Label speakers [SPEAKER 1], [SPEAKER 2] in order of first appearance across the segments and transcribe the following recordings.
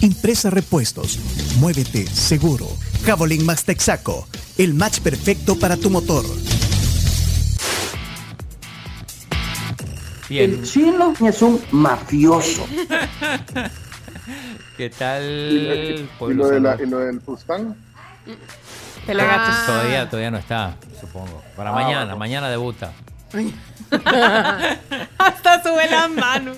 [SPEAKER 1] Empresa Repuestos, Muévete Seguro. Javelin Max Texaco, el match perfecto para tu motor.
[SPEAKER 2] El chino es un mafioso.
[SPEAKER 3] ¿Qué tal?
[SPEAKER 4] Eh, ¿Y
[SPEAKER 3] Pueblo
[SPEAKER 4] lo, de la-
[SPEAKER 3] Santo?
[SPEAKER 4] y lo del Fustán?
[SPEAKER 5] Pelagatos.
[SPEAKER 3] Todavía, todavía no está, supongo.
[SPEAKER 5] Ah,
[SPEAKER 3] Para mañana, mañana debuta.
[SPEAKER 5] Hasta sube las manos.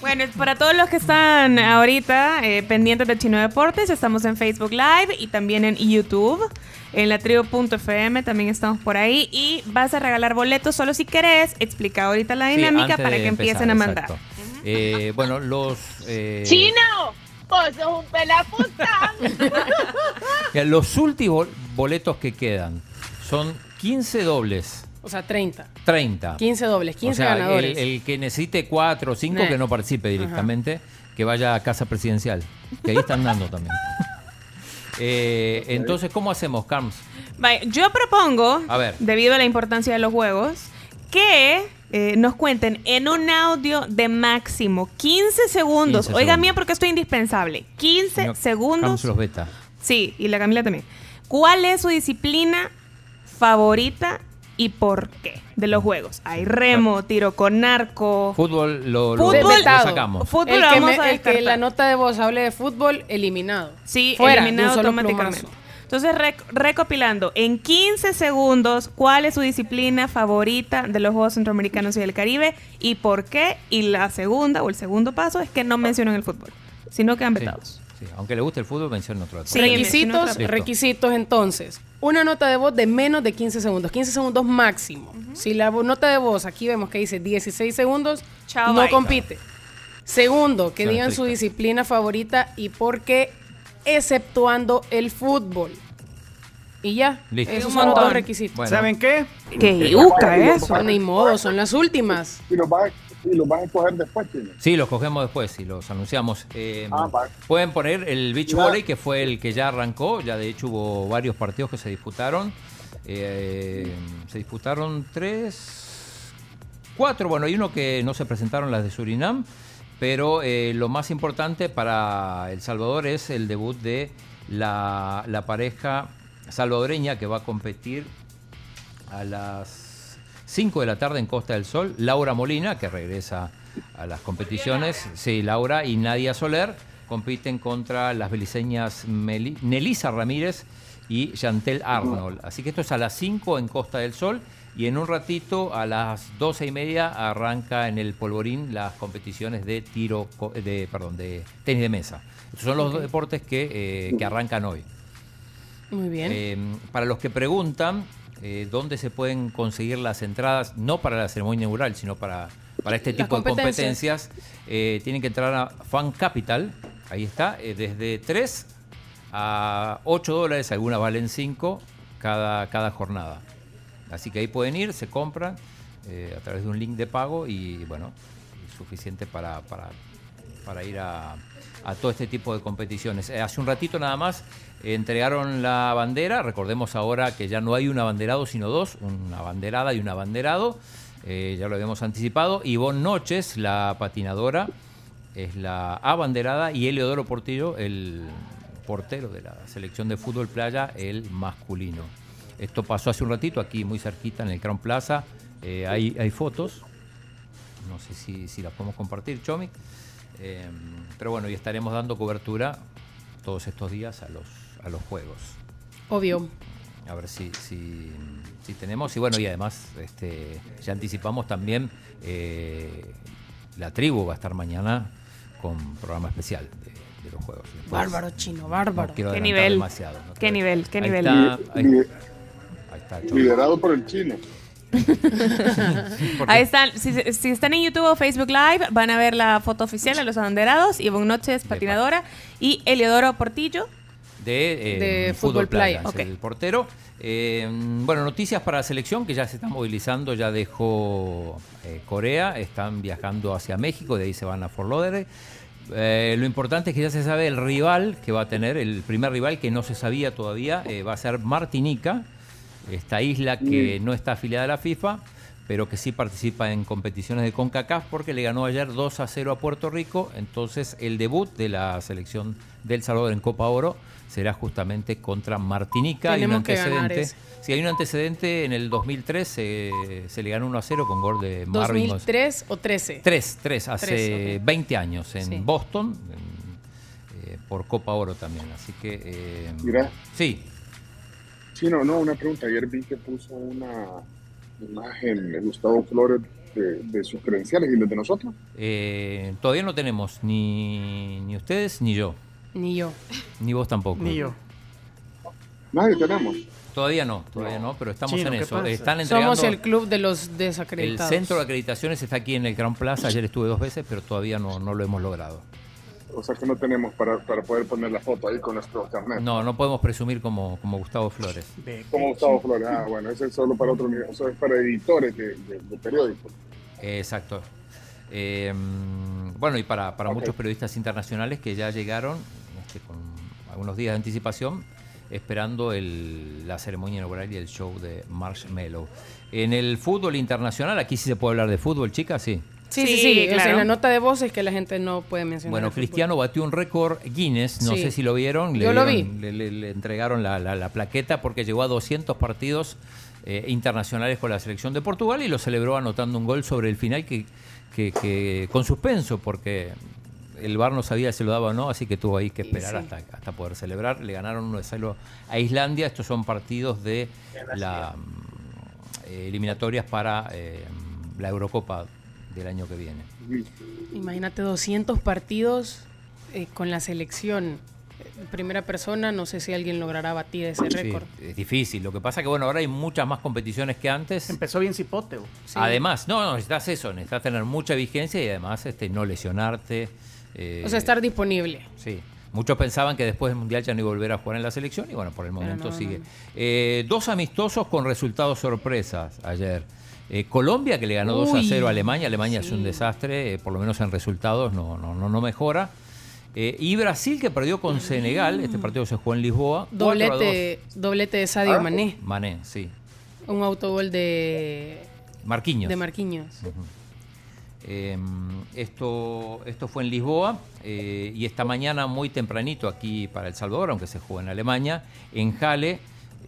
[SPEAKER 5] bueno, para todos los que están ahorita eh, pendientes de Chino Deportes, estamos en Facebook Live y también en YouTube. En la tribu.fm también estamos por ahí. Y vas a regalar boletos solo si querés. Explica ahorita la
[SPEAKER 3] Sí,
[SPEAKER 5] dinámica
[SPEAKER 3] antes
[SPEAKER 5] para
[SPEAKER 3] de
[SPEAKER 5] que
[SPEAKER 3] empezar,
[SPEAKER 5] empiecen a mandar.
[SPEAKER 3] exacto. Eh, bueno, los. eh,
[SPEAKER 6] ¡Chino! ¡Vos sos un pelaputa!
[SPEAKER 3] mira, Los últimos boletos que quedan son 15 dobles,
[SPEAKER 5] O sea, 30.
[SPEAKER 3] 30.
[SPEAKER 5] 15 dobles,
[SPEAKER 3] o sea, el- El, que necesite 4 o 5
[SPEAKER 5] Nah.
[SPEAKER 3] que no participe directamente, que vaya a casa presidencial. Que ahí están dando también. Eh, entonces, ¿cómo hacemos, Carms?
[SPEAKER 5] Vaya, yo propongo,
[SPEAKER 3] A ver.
[SPEAKER 5] debido a la importancia de los juegos, que eh, nos cuenten en un audio de máximo 15 segundos.
[SPEAKER 3] 15
[SPEAKER 5] Oiga
[SPEAKER 3] segundos.
[SPEAKER 5] mía, porque esto es indispensable. 15
[SPEAKER 3] Señor Carms
[SPEAKER 5] segundos.
[SPEAKER 3] los beta.
[SPEAKER 5] Sí, y la Camila también. ¿Cuál es su disciplina favorita y por qué de los juegos? Hay remo, tiro con arco.
[SPEAKER 3] Fútbol lo, lo-
[SPEAKER 5] Fútbol-
[SPEAKER 3] lo
[SPEAKER 5] Vetado.
[SPEAKER 3] sacamos.
[SPEAKER 5] Fútbol
[SPEAKER 7] el,
[SPEAKER 5] lo
[SPEAKER 7] que
[SPEAKER 5] vamos
[SPEAKER 7] me-
[SPEAKER 5] a
[SPEAKER 7] el que la
[SPEAKER 5] descartar.
[SPEAKER 7] nota de voz hable de fútbol, eliminado.
[SPEAKER 5] Sí,
[SPEAKER 7] Fuera, de un
[SPEAKER 5] eliminado
[SPEAKER 7] solo
[SPEAKER 5] automáticamente.
[SPEAKER 7] plumazo.
[SPEAKER 5] Entonces, rec- recopilando, en 15 segundos, ¿cuál es su disciplina favorita de los Juegos Centroamericanos y del Caribe y por qué? Y la segunda o el segundo paso es que
[SPEAKER 7] Ah.
[SPEAKER 5] no mencionen el fútbol, sino que han
[SPEAKER 3] Sí,
[SPEAKER 5] vetado.
[SPEAKER 3] sí. Aunque le guste el fútbol, menciona otro deporte.
[SPEAKER 5] Requisitos,
[SPEAKER 7] Requisitos,
[SPEAKER 3] Listo.
[SPEAKER 7] requisitos entonces. Una nota de voz de menos de 15 segundos, 15 segundos máximo. Si la vo- nota de voz aquí vemos que dice 16 segundos,
[SPEAKER 5] Chao,
[SPEAKER 7] no
[SPEAKER 5] bye.
[SPEAKER 7] compite. Segundo, que
[SPEAKER 3] Suena
[SPEAKER 7] digan su
[SPEAKER 3] estricto.
[SPEAKER 7] disciplina favorita y por qué, exceptuando el fútbol. Y ya,
[SPEAKER 3] Listo.
[SPEAKER 7] esos
[SPEAKER 5] Un
[SPEAKER 7] son los
[SPEAKER 5] montón.
[SPEAKER 7] dos requisitos.
[SPEAKER 3] Bueno,
[SPEAKER 4] ¿Saben qué?
[SPEAKER 5] ¡Qué yuca eso!
[SPEAKER 7] Son Pues ni modo, son las últimas.
[SPEAKER 4] Y los vas, y los vas a escoger después, chino.
[SPEAKER 3] Sí, los cogemos después y los anunciamos. Eh,
[SPEAKER 4] Ah, vale.
[SPEAKER 3] pueden poner el beach
[SPEAKER 4] Ya.
[SPEAKER 3] volley, que fue el que ya arrancó. Ya de hecho hubo varios partidos que se disputaron. Eh, se disputaron tres, cuatro. Bueno, hay uno que no se presentaron las de Surinam. Pero eh, lo más importante para El Salvador es el debut de la, la pareja salvadoreña que va a competir a las 5 de la tarde en Costa del Sol, Laura Molina, que regresa a las competiciones, sí, Laura y Nadia Soler compiten contra las beliceñas Meli- Nelisa Ramírez y Chantel Arnold. Así que esto es a las 5 en Costa del Sol y en un ratito a las 12 y media arranca en el polvorín las competiciones de tiro, co- de, perdón, de tenis de mesa. Estos son los dos deportes que, eh, que arrancan hoy.
[SPEAKER 7] Muy bien.
[SPEAKER 3] Eh, para los que preguntan eh, dónde se pueden conseguir las entradas, no para la ceremonia inaugural, sino para, para este
[SPEAKER 7] Las
[SPEAKER 3] tipo de
[SPEAKER 7] competencias.
[SPEAKER 3] competencias, eh, tienen que entrar a Fan Capital, ahí está, eh, desde 3 a 8 dólares, algunas valen 5 cada, cada jornada. Así que ahí pueden ir, se compran eh, a través de un link de pago y bueno, es suficiente para, para, para ir a, a todo este tipo de competiciones. Eh, hace un ratito nada más eh, entregaron la bandera, recordemos ahora que ya no hay un abanderado sino dos, una abanderada y un abanderado, eh, ya lo habíamos anticipado. Ivonne Noches, la patinadora, es la abanderada y Eliodoro Portillo, el portero de la selección de fútbol playa, el masculino. Esto pasó hace un ratito aquí, muy cerquita, en el Crown Plaza. Eh, hay, hay fotos. No sé si, si las podemos compartir, Chomi. Eh, pero bueno, y estaremos dando cobertura todos estos días a los, a los juegos.
[SPEAKER 7] Obvio.
[SPEAKER 3] A ver si, si, si tenemos. Y bueno, y además este, ya anticipamos también eh, la tribu va a estar mañana con programa especial de, de los juegos. Después,
[SPEAKER 7] Bárbaro chino,
[SPEAKER 3] no
[SPEAKER 7] bárbaro.
[SPEAKER 3] quiero
[SPEAKER 5] Qué
[SPEAKER 3] adelantar
[SPEAKER 5] nivel.
[SPEAKER 3] demasiado, no
[SPEAKER 5] Qué
[SPEAKER 3] quiero-
[SPEAKER 5] nivel, qué
[SPEAKER 3] Ahí
[SPEAKER 5] nivel.
[SPEAKER 3] está, ahí-
[SPEAKER 4] Lider-
[SPEAKER 3] ahí está, Chomi.
[SPEAKER 4] Liderado por el chino.
[SPEAKER 5] Ahí están. Si, si están en YouTube o Facebook Live, van a ver la foto oficial de los abanderados. Ivonne Noches, patinadora. Y Eliodoro Portillo.
[SPEAKER 3] de, eh,
[SPEAKER 5] De
[SPEAKER 3] Fútbol,
[SPEAKER 5] Fútbol
[SPEAKER 3] Playa,
[SPEAKER 5] Playa.
[SPEAKER 3] es
[SPEAKER 5] Ok.
[SPEAKER 3] el portero. Eh, bueno, noticias para la selección que ya se está movilizando, ya dejó eh, Corea, están viajando hacia México, de ahí se van a Fort Lauderdale. Eh, lo importante es que ya se sabe el rival que va a tener, el primer rival que no se sabía todavía, eh, va a ser Martinica, esta isla
[SPEAKER 7] Mm.
[SPEAKER 3] que no está afiliada a la FIFA, pero que sí participa en competiciones de CONCACAF porque le ganó ayer 2 a 0 a Puerto Rico. Entonces el debut de la selección del Salvador en Copa Oro será justamente contra Martinica. Hay un
[SPEAKER 7] Tenemos que ganar
[SPEAKER 3] antecedente.
[SPEAKER 7] ese.
[SPEAKER 3] Sí, hay un antecedente en el 2003, eh, se le ganó 1 a 0 con gol de Marvin González.
[SPEAKER 7] ¿2003 o 13?
[SPEAKER 3] Tres, tres, hace
[SPEAKER 7] Tres, ok.
[SPEAKER 3] 20 años en
[SPEAKER 7] Sí.
[SPEAKER 3] Boston, en, eh, por Copa Oro también. Así que. eh,
[SPEAKER 4] Mira.
[SPEAKER 3] Sí,
[SPEAKER 4] Sí, no, no, una pregunta. Ayer vi que puso una imagen de Gustavo Flores de, de sus credenciales y los de nosotros.
[SPEAKER 3] eh, todavía no tenemos ni, ni ustedes ni yo,
[SPEAKER 7] Ni yo.
[SPEAKER 3] ni vos tampoco.
[SPEAKER 4] Nadie tenemos.
[SPEAKER 3] Todavía no, todavía no, pero estamos
[SPEAKER 7] Chino,
[SPEAKER 3] en
[SPEAKER 7] ¿qué
[SPEAKER 3] eso.
[SPEAKER 7] pasa?
[SPEAKER 3] Están entregando.
[SPEAKER 7] Somos el club de los
[SPEAKER 3] el
[SPEAKER 7] desacreditados.
[SPEAKER 3] centro de acreditaciones está aquí en el Gran Plaza. Ayer estuve dos veces, pero todavía no, no lo hemos logrado.
[SPEAKER 4] O sea que no tenemos para, para poder poner la foto ahí con nuestro carnet.
[SPEAKER 3] No, no podemos presumir como, como Gustavo Flores.
[SPEAKER 4] Como Gustavo Flores. Ah, bueno, ese es solo para otro nivel. O sea, es para editores de, de- de periódicos.
[SPEAKER 3] Eh, Exacto. Eh, bueno, y para, para muchos periodistas internacionales que ya llegaron este, con algunos días de anticipación, esperando el- la ceremonia inaugural y el show de Marshmallow. En el fútbol internacional, aquí sí se puede hablar de fútbol, chicas, sí.
[SPEAKER 7] Sí, sí,
[SPEAKER 5] Sí,
[SPEAKER 7] sí. o sea,
[SPEAKER 5] claro.
[SPEAKER 7] en la nota de voz es que la gente no puede mencionar.
[SPEAKER 3] Bueno,
[SPEAKER 7] el fútbol.
[SPEAKER 3] Cristiano batió un récord Guinness, no
[SPEAKER 7] Sí.
[SPEAKER 3] sé si lo vieron.
[SPEAKER 7] Yo lo
[SPEAKER 3] dieron- Le, le- le entregaron la, la- la plaqueta porque llegó a 200 partidos eh, internacionales con la selección de Portugal y lo celebró anotando un gol sobre el final que, que- que- con suspenso porque el VAR no sabía si lo daba o no, así que tuvo ahí que esperar
[SPEAKER 7] sí.
[SPEAKER 3] hasta, hasta poder celebrar. Le ganaron uno de cero a Islandia. Estos son partidos de la mm, eh, eliminatorias para eh, la Eurocopa del año que viene.
[SPEAKER 7] Imagínate 200 partidos eh, con la selección. Eh, Primera persona, no sé si alguien logrará batir
[SPEAKER 3] Sí,
[SPEAKER 7] ese récord.
[SPEAKER 3] es difícil. Lo que pasa que bueno, ahora hay muchas más competiciones que antes.
[SPEAKER 8] Empezó bien cipote. bo.
[SPEAKER 3] Además, no, no, necesitas eso, necesitas tener mucha vigencia y además este, no lesionarte. eh,
[SPEAKER 7] O sea, estar disponible.
[SPEAKER 3] Sí. Muchos pensaban que después del Mundial ya no iba a volver a jugar en la selección y bueno, por el momento
[SPEAKER 7] no, no,
[SPEAKER 3] sigue. Eh, dos amistosos con resultados sorpresas ayer. Eh, Colombia que le ganó 2 a
[SPEAKER 7] Uy,
[SPEAKER 3] 0 a Alemania. Alemania es un desastre, eh, por lo menos en resultados no, no, no, no mejora. Eh, y Brasil que perdió con Senegal. Este partido se jugó en Lisboa. 4 a 2.
[SPEAKER 7] Doblete, doblete de Sadio Mané.
[SPEAKER 3] Mané, sí.
[SPEAKER 7] Un autogol de,
[SPEAKER 3] Marquinhos. Mm.
[SPEAKER 7] de Marquinhos.
[SPEAKER 3] Eh, esto, esto fue en Lisboa eh, y esta mañana muy tempranito aquí para El Salvador, aunque se jugó en Alemania, en Jale,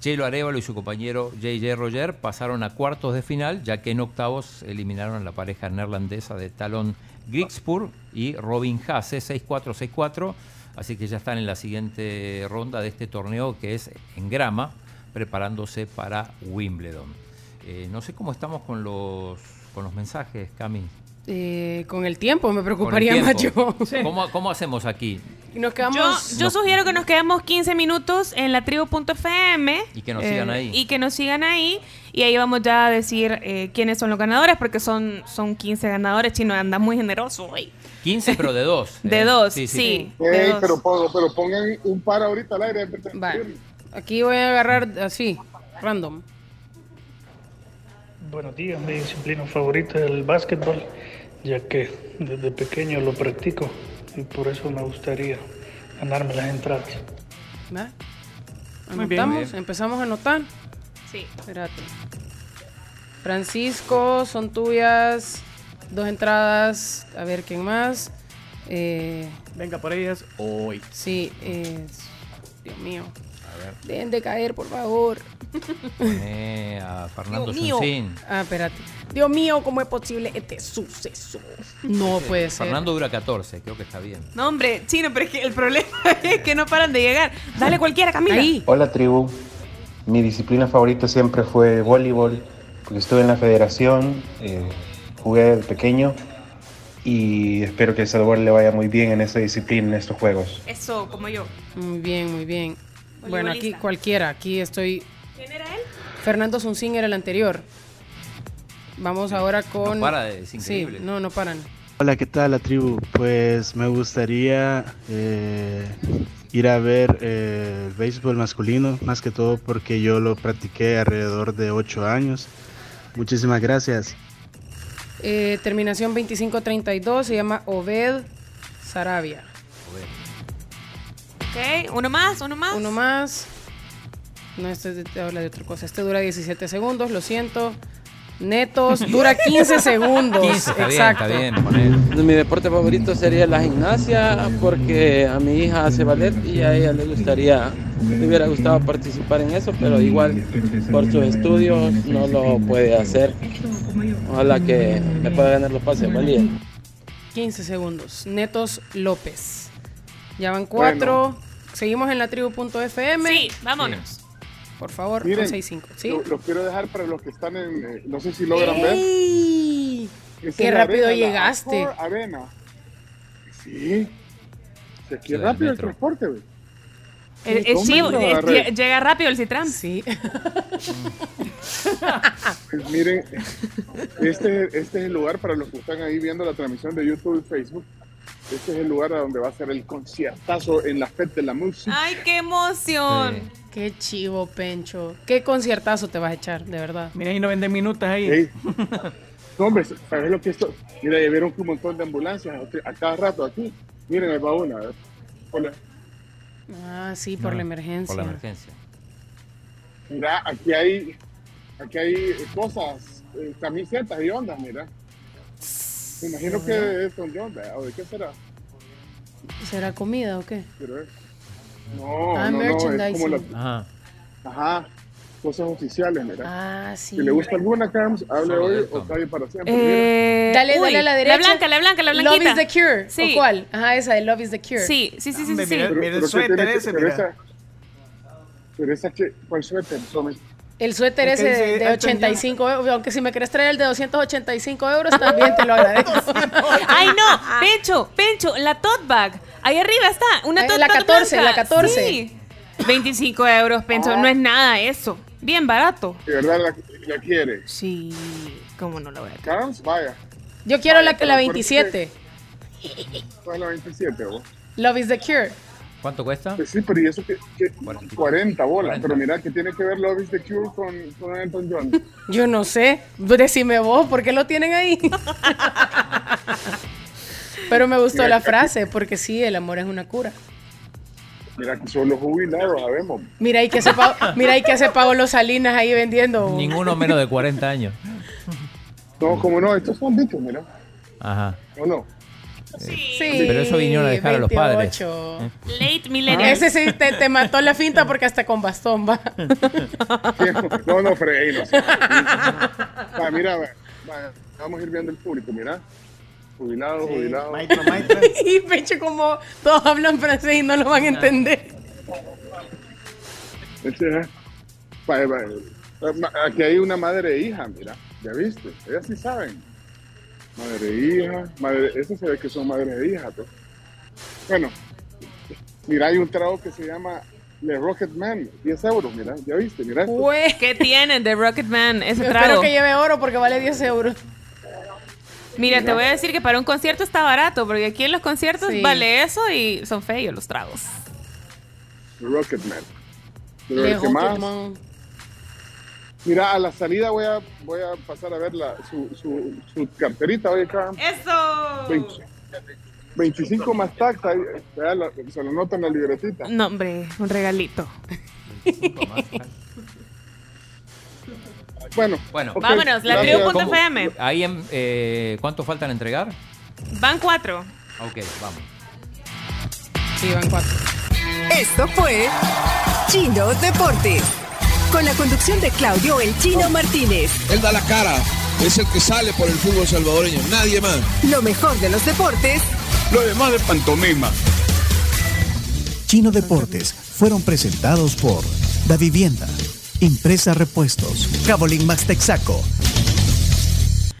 [SPEAKER 3] Chelo Arevalo y su compañero JJ Roger pasaron a cuartos de final, ya que en octavos eliminaron a la pareja neerlandesa de Talón Grigspur y Robin Haase, 6-4, 6-4. Así que ya están en la siguiente ronda de este torneo que es en grama, preparándose para Wimbledon. Eh, no sé cómo estamos con los, con los mensajes, Cami.
[SPEAKER 7] Eh, con el tiempo me
[SPEAKER 3] Con el
[SPEAKER 7] preocuparía más yo.
[SPEAKER 3] tiempo. ¿Cómo, cómo hacemos aquí?
[SPEAKER 7] Nos
[SPEAKER 5] Yo,
[SPEAKER 7] quedamos.
[SPEAKER 5] yo sugiero que nos quedemos 15 minutos en la tribu.fm.
[SPEAKER 3] Y que nos sigan ahí.
[SPEAKER 5] eh, Y que nos sigan ahí. Y ahí vamos ya a decir eh, quiénes son los ganadores, porque son, son 15 ganadores. Chino, andas muy generoso hoy.
[SPEAKER 3] 15, pero de dos.
[SPEAKER 5] De
[SPEAKER 3] ¿eh?
[SPEAKER 5] dos,
[SPEAKER 4] Ey,
[SPEAKER 5] dos.
[SPEAKER 4] pero, pongo- pero pongan un par ahorita al aire.
[SPEAKER 7] Vale. Aquí voy a agarrar así, random.
[SPEAKER 9] Buenos días, mi disciplina favorita es el básquetbol, ya que desde pequeño lo practico y por eso me gustaría ganarme las entradas.
[SPEAKER 7] ¿Va?
[SPEAKER 8] Muy bien.
[SPEAKER 7] Anotamos,
[SPEAKER 8] Muy bien.
[SPEAKER 7] empezamos a anotar.
[SPEAKER 5] Sí.
[SPEAKER 7] Espérate. Francisco, son tuyas. Dos entradas. A ver quién más. Eh,
[SPEAKER 8] Venga por ellas hoy.
[SPEAKER 7] sí, eh, Dios mío.
[SPEAKER 3] A ver,
[SPEAKER 7] Dejen de caer, por favor.
[SPEAKER 3] poné a Fernando
[SPEAKER 7] Dios mío.
[SPEAKER 3] Sunsin.
[SPEAKER 7] Ah, espérate. Dios mío, ¿cómo es posible este suceso? No puede ser.
[SPEAKER 3] Fernando dura 14, creo que está bien.
[SPEAKER 5] No, hombre, Chino, pero es que el problema es que no paran de llegar. Dale cualquiera, Camila.
[SPEAKER 10] Hola tribu, mi disciplina favorita siempre fue voleibol, porque estuve en la federación, eh, jugué desde pequeño y espero que El Salvador le vaya muy bien en esta disciplina, en estos juegos.
[SPEAKER 5] Eso, como yo.
[SPEAKER 7] Muy bien, muy bien. Bueno, aquí
[SPEAKER 5] Voleibolista.
[SPEAKER 7] cualquiera. Aquí estoy.
[SPEAKER 5] ¿Quién era él?
[SPEAKER 7] Fernando Sunsin era el anterior. Vamos ahora con.
[SPEAKER 3] No para, es increíble.
[SPEAKER 7] Sí, no, no paran.
[SPEAKER 11] Hola, ¿qué tal la tribu? Pues me gustaría eh, ir a ver eh, el béisbol masculino, más que todo porque yo lo practiqué alrededor de 8 años. Muchísimas gracias.
[SPEAKER 7] Eh, terminación 2532 se llama Obed Sarabia.
[SPEAKER 5] Ok, uno más, uno más.
[SPEAKER 7] Uno más. No, este de- te habla de otra cosa. Este dura 17 segundos, lo siento. Netos, dura 15 segundos.
[SPEAKER 3] 15, está bien,
[SPEAKER 7] Exacto.
[SPEAKER 3] está bien,
[SPEAKER 12] Mi deporte favorito sería la gimnasia porque a mi hija hace ballet y a ella le gustaría, le hubiera gustado participar en eso, pero igual por sus estudios no lo puede hacer. Ojalá que me pueda ganar los pases, buen día.
[SPEAKER 7] 15 segundos. Netos López. Ya van cuatro. Seguimos en la tribu.fm. Sí,
[SPEAKER 5] vámonos.
[SPEAKER 7] Por favor,
[SPEAKER 4] Miren,
[SPEAKER 7] 165. ¿Sí?
[SPEAKER 4] lo- los quiero dejar para los que están en. eh, no sé si logran
[SPEAKER 7] ¡Ey!
[SPEAKER 4] ver. Esa
[SPEAKER 7] ¡Qué
[SPEAKER 4] es la arena,
[SPEAKER 7] rápido
[SPEAKER 4] la
[SPEAKER 7] llegaste!
[SPEAKER 4] Accor Arena. Sí. Se aquí
[SPEAKER 3] Lo
[SPEAKER 4] es
[SPEAKER 3] del
[SPEAKER 4] rápido el
[SPEAKER 3] metro.
[SPEAKER 4] transporte, güey.
[SPEAKER 5] Es,
[SPEAKER 4] Sí,
[SPEAKER 5] es
[SPEAKER 4] ¿cómo
[SPEAKER 5] chivo,
[SPEAKER 4] no lo
[SPEAKER 5] es-
[SPEAKER 4] agarré?
[SPEAKER 5] lle- llega rápido el Citram.
[SPEAKER 7] Sí.
[SPEAKER 4] Pues miren, este, este es el lugar para los que están ahí viendo la transmisión de YouTube y Facebook. Este es el lugar a donde va a ser el conciertazo en la FED de la música.
[SPEAKER 5] ¡Ay, qué emoción!
[SPEAKER 7] Qué chivo, Pencho. Qué conciertazo te vas a echar, de verdad.
[SPEAKER 8] Mira, ahí 90 minutos ahí.
[SPEAKER 4] No, hombre, ¿sabes lo que esto? Mira, ya vieron que un montón de ambulancias a a cada rato aquí. Miren, ahí va una. a ver. Hola.
[SPEAKER 7] Ah, sí, por la emergencia.
[SPEAKER 3] Por la emergencia.
[SPEAKER 4] Mira, aquí hay, aquí hay cosas, eh, camisetas y ondas, mira. Me imagino
[SPEAKER 7] Ah.
[SPEAKER 4] que son de onda, o de qué será.
[SPEAKER 7] ¿Será comida o qué?
[SPEAKER 4] Quiero ver. No,
[SPEAKER 7] Ah,
[SPEAKER 4] no, no, es como la,
[SPEAKER 7] merchandising.
[SPEAKER 3] Ajá.
[SPEAKER 4] Ajá, cosas oficiales, mira.
[SPEAKER 7] Ah, sí.
[SPEAKER 4] Si le gusta alguna, Carms, hable
[SPEAKER 3] Solo
[SPEAKER 4] hoy
[SPEAKER 3] esto.
[SPEAKER 4] o calle para siempre.
[SPEAKER 5] Eh,
[SPEAKER 7] Dale,
[SPEAKER 5] uy,
[SPEAKER 7] dale a la derecha.
[SPEAKER 5] La blanca, la blanca, la blanquita.
[SPEAKER 7] Love is the cure.
[SPEAKER 5] Sí.
[SPEAKER 7] ¿O cuál? Ajá, esa de Love is the cure.
[SPEAKER 5] Sí, sí, sí, sí,
[SPEAKER 7] Ah,
[SPEAKER 5] sí. sí.
[SPEAKER 8] mira, mira el
[SPEAKER 4] ¿qué
[SPEAKER 8] suéter
[SPEAKER 4] tiene que-
[SPEAKER 8] ese,
[SPEAKER 4] pero
[SPEAKER 8] mira.
[SPEAKER 4] esa- Pero esa, que- ¿cuál suéter? Tome.
[SPEAKER 7] El suéter
[SPEAKER 8] Es que
[SPEAKER 7] ese de,
[SPEAKER 8] dice
[SPEAKER 7] de
[SPEAKER 8] Elton
[SPEAKER 7] 85 euros. Aunque si me querés traer el de 285 euros, también te lo agradezco.
[SPEAKER 5] ¡Ay, no!
[SPEAKER 7] Ah.
[SPEAKER 5] Pencho, Pencho, la tote bag. Ahí arriba está, una
[SPEAKER 7] Eh,
[SPEAKER 5] tote
[SPEAKER 7] la
[SPEAKER 5] bag
[SPEAKER 7] 14,
[SPEAKER 5] blanca.
[SPEAKER 7] la 14.
[SPEAKER 5] Sí. 25 euros, Pencho, no es nada eso. Bien barato.
[SPEAKER 4] De verdad la, la quiere.
[SPEAKER 5] Sí, ¿cómo no la voy a
[SPEAKER 4] Carms, vaya.
[SPEAKER 7] Yo quiero la, la
[SPEAKER 4] ¿por
[SPEAKER 7] 27.
[SPEAKER 4] ¿Cuál es la 27, vos?
[SPEAKER 7] Love is the cure.
[SPEAKER 3] ¿Cuánto cuesta?
[SPEAKER 4] Pues sí, pero ¿y eso que, 40 bolas. Pero mira, que tiene que ver Love is the Cure con, con Elton John?
[SPEAKER 7] Yo no sé. Decime vos, ¿por qué lo tienen ahí? Pero me gustó la frase, porque sí, el amor es una cura.
[SPEAKER 4] Mira, que son los jubilados, sabemos.
[SPEAKER 7] Mira, y que hace Pablo, mira, y que hace Pablo Salinas ahí vendiendo.
[SPEAKER 3] Ninguno menos de 40 años.
[SPEAKER 4] No, como no, estos son dichos, mira.
[SPEAKER 3] Ajá.
[SPEAKER 4] ¿O no?
[SPEAKER 7] Sí,
[SPEAKER 3] Pero eso vinieron a dejar a los padres.
[SPEAKER 7] 28.
[SPEAKER 3] ¿Eh?
[SPEAKER 5] Late millennial.
[SPEAKER 7] Ese sí te, te mató la finta porque hasta con bastón va.
[SPEAKER 4] No, no, pero ahí no sé. Va, mira, va, va, vamos a ir viendo el público, mira. Jubilado, jubilado.
[SPEAKER 7] y pecho como todos hablan francés y no lo van a entender.
[SPEAKER 4] Este, eh, va, va, eh, ma- Aquí hay una madre e hija, mira. Ya viste, ellas sí saben. Madre e hija, madre, eso se ve que son madres e hijas. pues. Bueno, mira, hay un trago que se llama Le Rocket Man, 10 euros, mira, ya viste, mira. esto.
[SPEAKER 5] ¿Qué tienen de Rocketman? Ese
[SPEAKER 7] Yo
[SPEAKER 5] trago.
[SPEAKER 7] espero que lleve oro porque vale 10 euros.
[SPEAKER 5] Mira, te voy a decir que para un concierto está barato, porque aquí en los conciertos
[SPEAKER 7] Sí.
[SPEAKER 5] vale eso y son feos los tragos.
[SPEAKER 4] Rocketman. Pero el
[SPEAKER 7] Lejos
[SPEAKER 4] que
[SPEAKER 7] tu
[SPEAKER 4] más.
[SPEAKER 7] man.
[SPEAKER 4] Mira, a la salida voy a, voy a pasar a ver la, su, su, su carterita. Oye, acá.
[SPEAKER 5] ¡Eso!
[SPEAKER 4] 25 más tax. ahí, eh, vea, lo- se lo nota en la libretita.
[SPEAKER 5] No, hombre, un regalito.
[SPEAKER 4] Bueno,
[SPEAKER 3] Bueno,
[SPEAKER 4] ok,
[SPEAKER 5] Vámonos, la
[SPEAKER 4] gracias.
[SPEAKER 5] tribu punto
[SPEAKER 3] ¿Cómo?
[SPEAKER 5] FM.
[SPEAKER 3] Ahí en, eh, ¿Cuánto faltan entregar?
[SPEAKER 5] Van cuatro.
[SPEAKER 3] Ok, vamos.
[SPEAKER 7] Sí, van cuatro.
[SPEAKER 13] Esto fue Chino Deportes. Con la conducción de Claudio El Chino Martínez.
[SPEAKER 14] Él da la cara, es el que sale por el fútbol salvadoreño, nadie más.
[SPEAKER 13] Lo mejor de los deportes
[SPEAKER 14] Lo demás de pantomima.
[SPEAKER 1] Chino Deportes fueron presentados por Da Vivienda, Impresa Repuestos, Cabolín Max Texaco,